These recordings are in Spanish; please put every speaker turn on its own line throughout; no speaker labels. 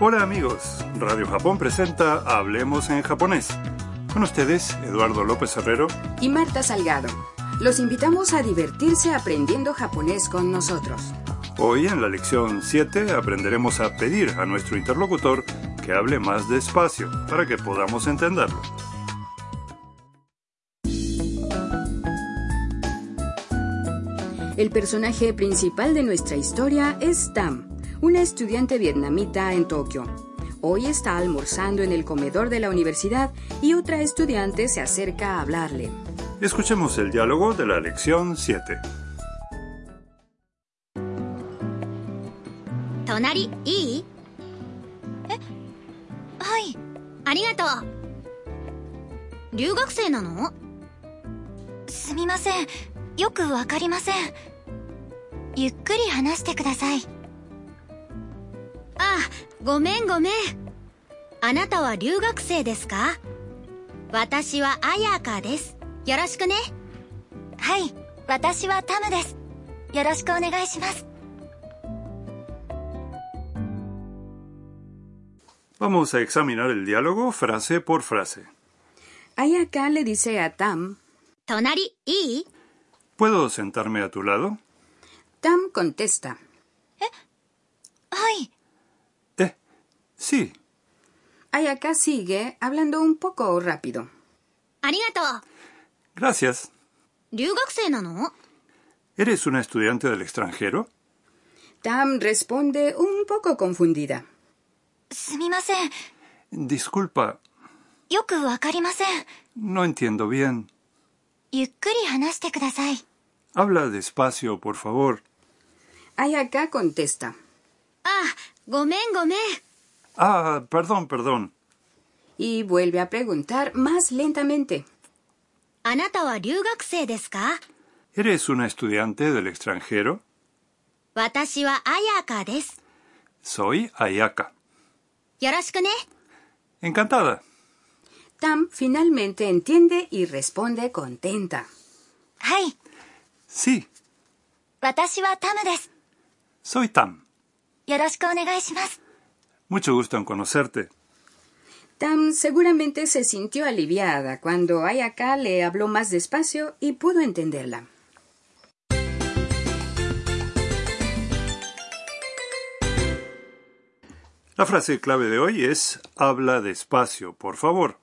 Hola amigos, Radio Japón presenta Hablemos en japonés. Con ustedes, Eduardo López Herrero.
y Marta Salgado. Los invitamos a divertirse aprendiendo japonés con nosotros.
Hoy en la lección 7 aprenderemos a pedir a nuestro interlocutor que hable más despacio para que podamos entenderlo.
El personaje principal de nuestra historia es Tam, una estudiante vietnamita en Tokio. Hoy está almorzando en el comedor de la universidad y otra estudiante se acerca a hablarle.
Escuchemos el diálogo de la lección 7.
隣いいえはいありがとう留学生なのすみませんよくわかりませんゆっくり話してくださいあごめんごめんあなたは留学生ですか私はアヤーカーですよろしくねはい私はタムですよろしくお願いします
Vamos a examinar el diálogo frase por frase.
Ayaka le dice a Tam,
隣いい
¿Puedo sentarme a tu lado?
Tam contesta.
はい
Eh, sí.
Ayaka sigue hablando un poco rápido.
ありがと
Gracias.
う留学生なの
¿Eres una estudiante del extranjero?
Tam responde un poco confundida.
すみません
Disculpa,
よくわかりません
no entiendo bien.
ゆっくり話してください
Habla despacio, por favor.
Ayaka contesta.
あごめんごめん
Ah, perdón, perdón.
Y vuelve a preguntar más lentamente.
あなたは留学生ですか
¿Eres una estudiante del extranjero?
私はアヤーカーです
Soy Ayaka.
よろしくね
Encantada.
Tam finalmente entiende y responde contenta.
はい
Sí,
私はタムです
soy Tam.
よろしくお願いします
Mucho gusto en conocerte.
Tam seguramente se sintió aliviada cuando Ayaka le habló más despacio y pudo entenderla.
La frase clave de hoy es habla despacio, por favor.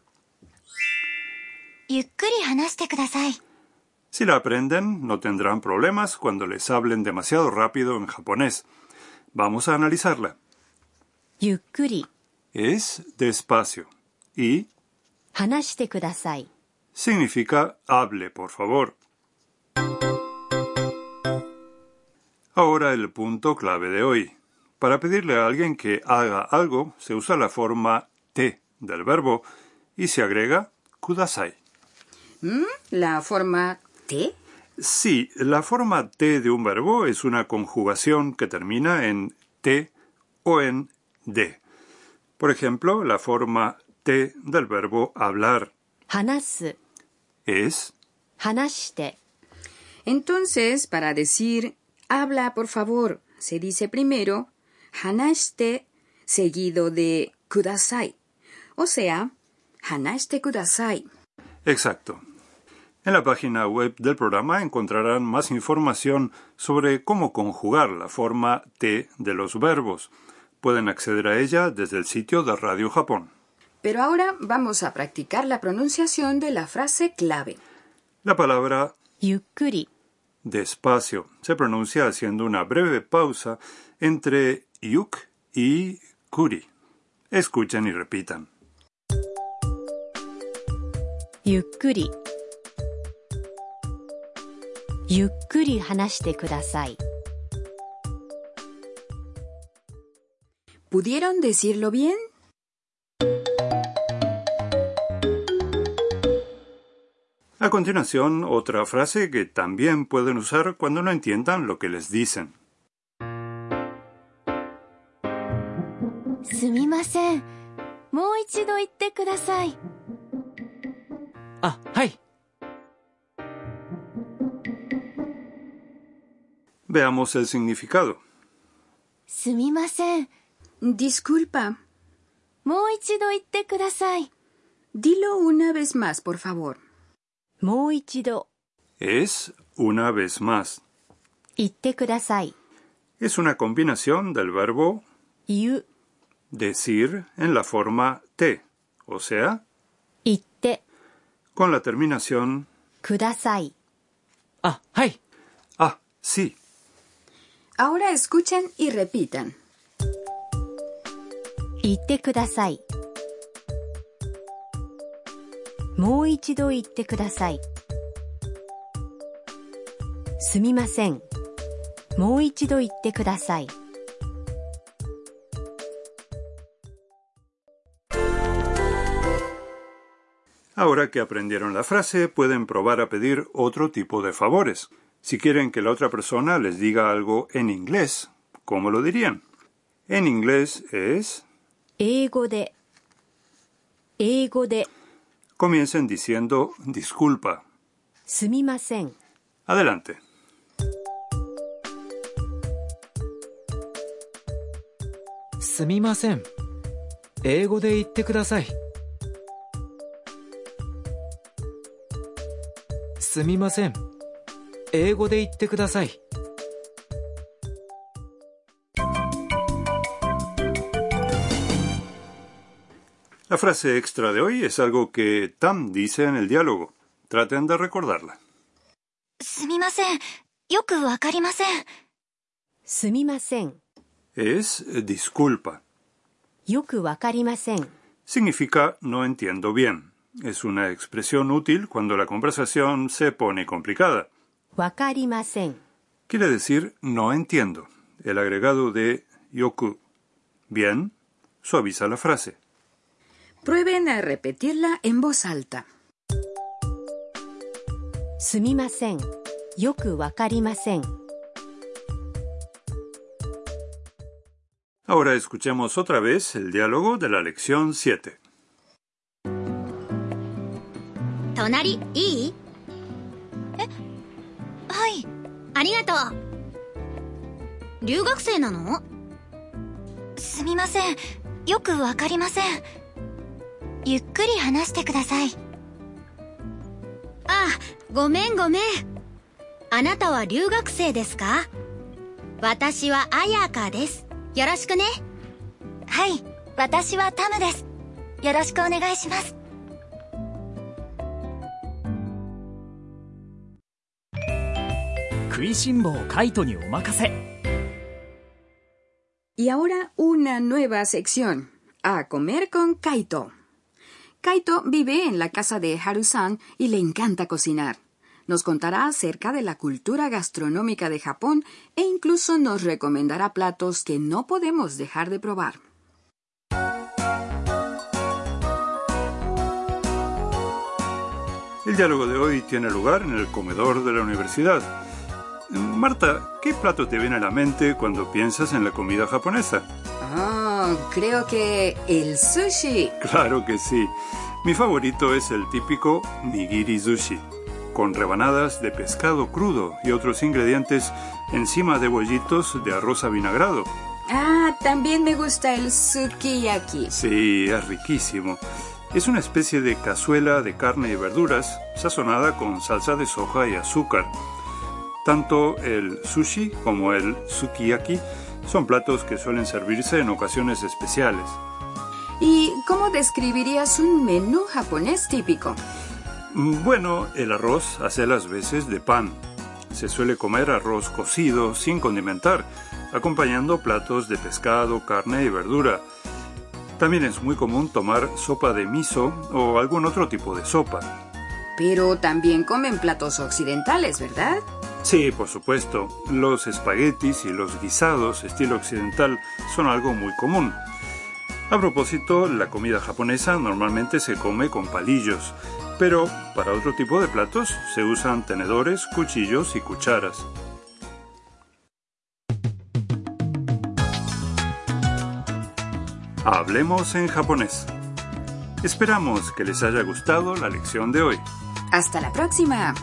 ゆっくり話してください
Si la aprenden, no tendrán problemas cuando les hablen demasiado rápido en japonés. Vamos a analizarla.
ゆっくり
Es despacio y
話してください
significa hable, por favor. Ahora el punto clave de hoy. Para pedirle a alguien que haga algo, se usa la forma te del verbo y se agrega kudasai.
La forma te
Sí, la forma te de un verbo es una conjugación que termina en te o en de. Por ejemplo, la forma te del verbo hablar
話す
es
話して
Entonces, para decir habla por favor, se dice primero hanashite seguido de kudasai. O sea, hanashite kudasai.
Exacto. En la página web del programa encontrarán más información sobre cómo conjugar la forma te de los verbos. Pueden acceder a ella desde el sitio de Radio Japón.
Pero ahora vamos a practicar la pronunciación de la frase clave.
La palabra
ゆっくり
despacio se pronuncia haciendo una breve pausa entre yuk y kuri. Escuchen y repitan.
ゆっくりゆっくり話してください
¿Pudieron decirlo bien?
A continuación, otra frase que también pueden usar cuando no entiendan lo que les dicen.
すみませんもう一度言ってください
あ、はい。
Veamos el significado.
すみません
Disculpa,
もう一度言ってください。
Dilo una vez más, por favor.
もう一度
Es una vez más.
言ってください。
Es una combinación del verbo
言う、
decir en la forma te, o sea,
言って、
con la terminación
ください。
あ、はい。
ah, sí.
Ahora escuchen y repitan.
言ってください。もう一度言ってください。すみません。もう一度言ってください。
Ahora que aprendieron la frase, pueden probar a pedir otro tipo de favores. Si quieren que la otra persona les diga algo en inglés, ¿cómo lo dirían? En inglés es
英語で、英語で、
comiencen diciendo disculpa.
すみません。
Adelante.
すみません。英語で言ってください。すみません。英語で言ってください。
La frase extra de hoy es algo que Tam dice en el diálogo. Traten de recordarla.
すみません。よくわかりません。
すみません。
Es eh, disculpa.
よくわかりません。
Significa no entiendo bien. Es una expresión útil cuando la conversación se pone complicada.
わかりません。
Quiere decir no entiendo. El agregado de yoku, bien, suaviza la frase.
Prueben a repetirla en voz alta.
すみません。よくわかりません。
Ahora escuchemos otra vez el diálogo de la lección 7.
隣、いいえはい。ありがとう。留学生なのすみません。よくわかりません。ゆっくり話してください。あ、ごめんごめん。あなたは留学生ですか私はアヤカです。よろしくね。はい。私はタムです。よろしくお願いします。
食いしん坊カイトにお任せ。
Y ahora una nueva sección. A comer con Kaito. Kaito vive en la casa de Harusan y le encanta cocinar. Nos contará acerca de la cultura gastronómica de Japón e incluso nos recomendará platos que no podemos dejar de probar.
El diálogo de hoy tiene lugar en el comedor de la universidad. Marta, ¿qué plato te viene a la mente cuando piensas en la comida japonesa?
Ah, creo que el sushi.
Claro que sí. Mi favorito es el típico nigiri sushi, con rebanadas de pescado crudo y otros ingredientes encima de bollitos de arroz avinagrado.
Ah, también me gusta el sukiyaki.
Sí, es riquísimo. Es una especie de cazuela de carne y verduras sazonada con salsa de soja y azúcar. Tanto el sushi como el sukiyaki son platos que suelen servirse en ocasiones especiales.
¿Y cómo describirías un menú japonés típico?
Mm, Bueno, el arroz hace las veces de pan. Se suele comer arroz cocido sin condimentar, acompañando platos de pescado, carne y verdura. También es muy común tomar sopa de miso o algún otro tipo de sopa.
Pero también comen platos occidentales, ¿verdad?
Sí, por supuesto, los espaguetis y los guisados estilo occidental son algo muy común. A propósito, la comida japonesa normalmente se come con palillos, pero para otro tipo de platos se usan tenedores, cuchillos y cucharas. Hablemos en japonés. Esperamos que les haya gustado la lección de hoy.
Hasta la próxima.